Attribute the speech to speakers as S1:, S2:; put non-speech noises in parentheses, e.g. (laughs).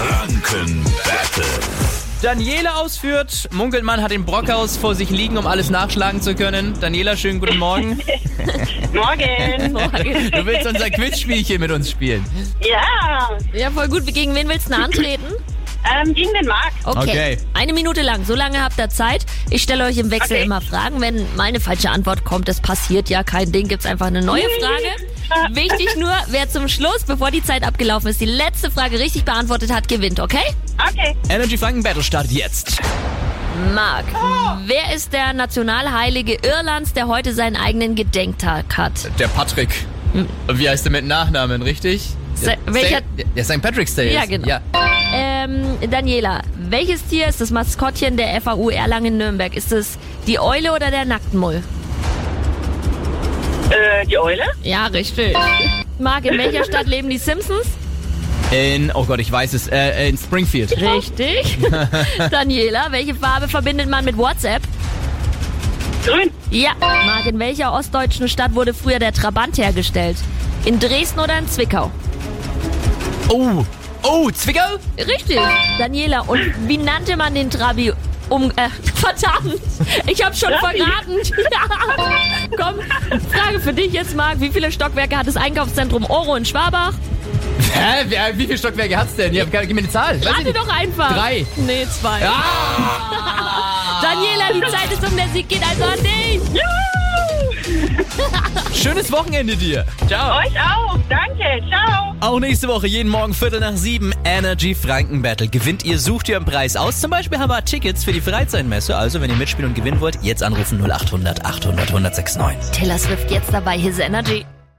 S1: Franken Battle.
S2: Daniela ausführt. Munkelmann hat den Brockhaus vor sich liegen, um alles nachschlagen zu können. Daniela, schönen guten Morgen.
S3: Morgen.
S2: Du willst
S4: (laughs)
S2: unser Quizspielchen mit uns spielen.
S3: Ja,
S4: Ja, voll gut. Gegen wen willst du denn antreten?
S3: ähm, gegen den Marc.
S4: Okay.
S2: Okay.
S4: Eine Minute lang. So lange habt ihr Zeit. Ich stelle euch im Wechsel
S3: Okay.
S4: immer Fragen. Wenn mal eine falsche Antwort kommt, das passiert ja kein Ding, gibt's einfach eine neue Frage. Wichtig nur, wer zum Schluss, bevor die Zeit abgelaufen ist, die letzte Frage richtig beantwortet hat, gewinnt, okay?
S3: Okay.
S2: Energy Franken Battle startet jetzt.
S4: Marc,
S3: Oh.
S4: wer ist der Nationalheilige Irlands, der heute seinen eigenen Gedenktag hat?
S2: Der Patrick. Wie heißt der mit Nachnamen, richtig?
S4: Se- Hm. welcher-
S2: Der St. Patrick's Day.
S4: Ja,
S2: ist.
S4: genau.
S2: Ja.
S4: Ähm, Daniela, welches Tier ist das Maskottchen der FAU Erlangen-Nürnberg? Ist es die Eule oder der Nacktmull?
S3: Äh, die Eule?
S4: Ja, richtig. Marc, in welcher Stadt leben die Simpsons?
S2: In, oh Gott, ich weiß es, äh, in Springfield.
S4: Richtig. (laughs) Daniela, welche Farbe verbindet man mit WhatsApp?
S3: Grün.
S4: Ja. Marc, in welcher ostdeutschen Stadt wurde früher der Trabant hergestellt? In Dresden oder in Zwickau?
S2: Oh, oh, Zwickau?
S4: Richtig. Daniela, und wie nannte man den Trabi um... Äh, (laughs) verdammt, ich habe schon
S3: Trabi.
S4: verraten. (laughs) Ja. Komm, Frage für dich jetzt, Marc. Wie viele Stockwerke hat das Einkaufszentrum Oro in Schwabach?
S2: Hä? Wie, wie viele Stockwerke hat's denn? Ja, gib mir eine Zahl. Weiß ich
S4: Rate
S2: nicht.
S4: doch einfach.
S2: Drei.
S4: Nee, zwei.
S2: Ah!
S4: (laughs) Daniela, die Zeit ist um, der Sieg geht also an dich.
S2: Schönes Wochenende dir. Ciao.
S3: Euch auch. Danke. Ciao.
S2: Auch nächste Woche, jeden Morgen Viertel nach sieben, Energy Franken Battle. Gewinnt ihr, sucht ihr einen Preis aus. Zum Beispiel haben wir Tickets für die Freizeitmesse. Also, wenn ihr mitspielen und gewinnen wollt, jetzt anrufen 0800 800 1069.
S4: Taylor Swift jetzt dabei, His Energy.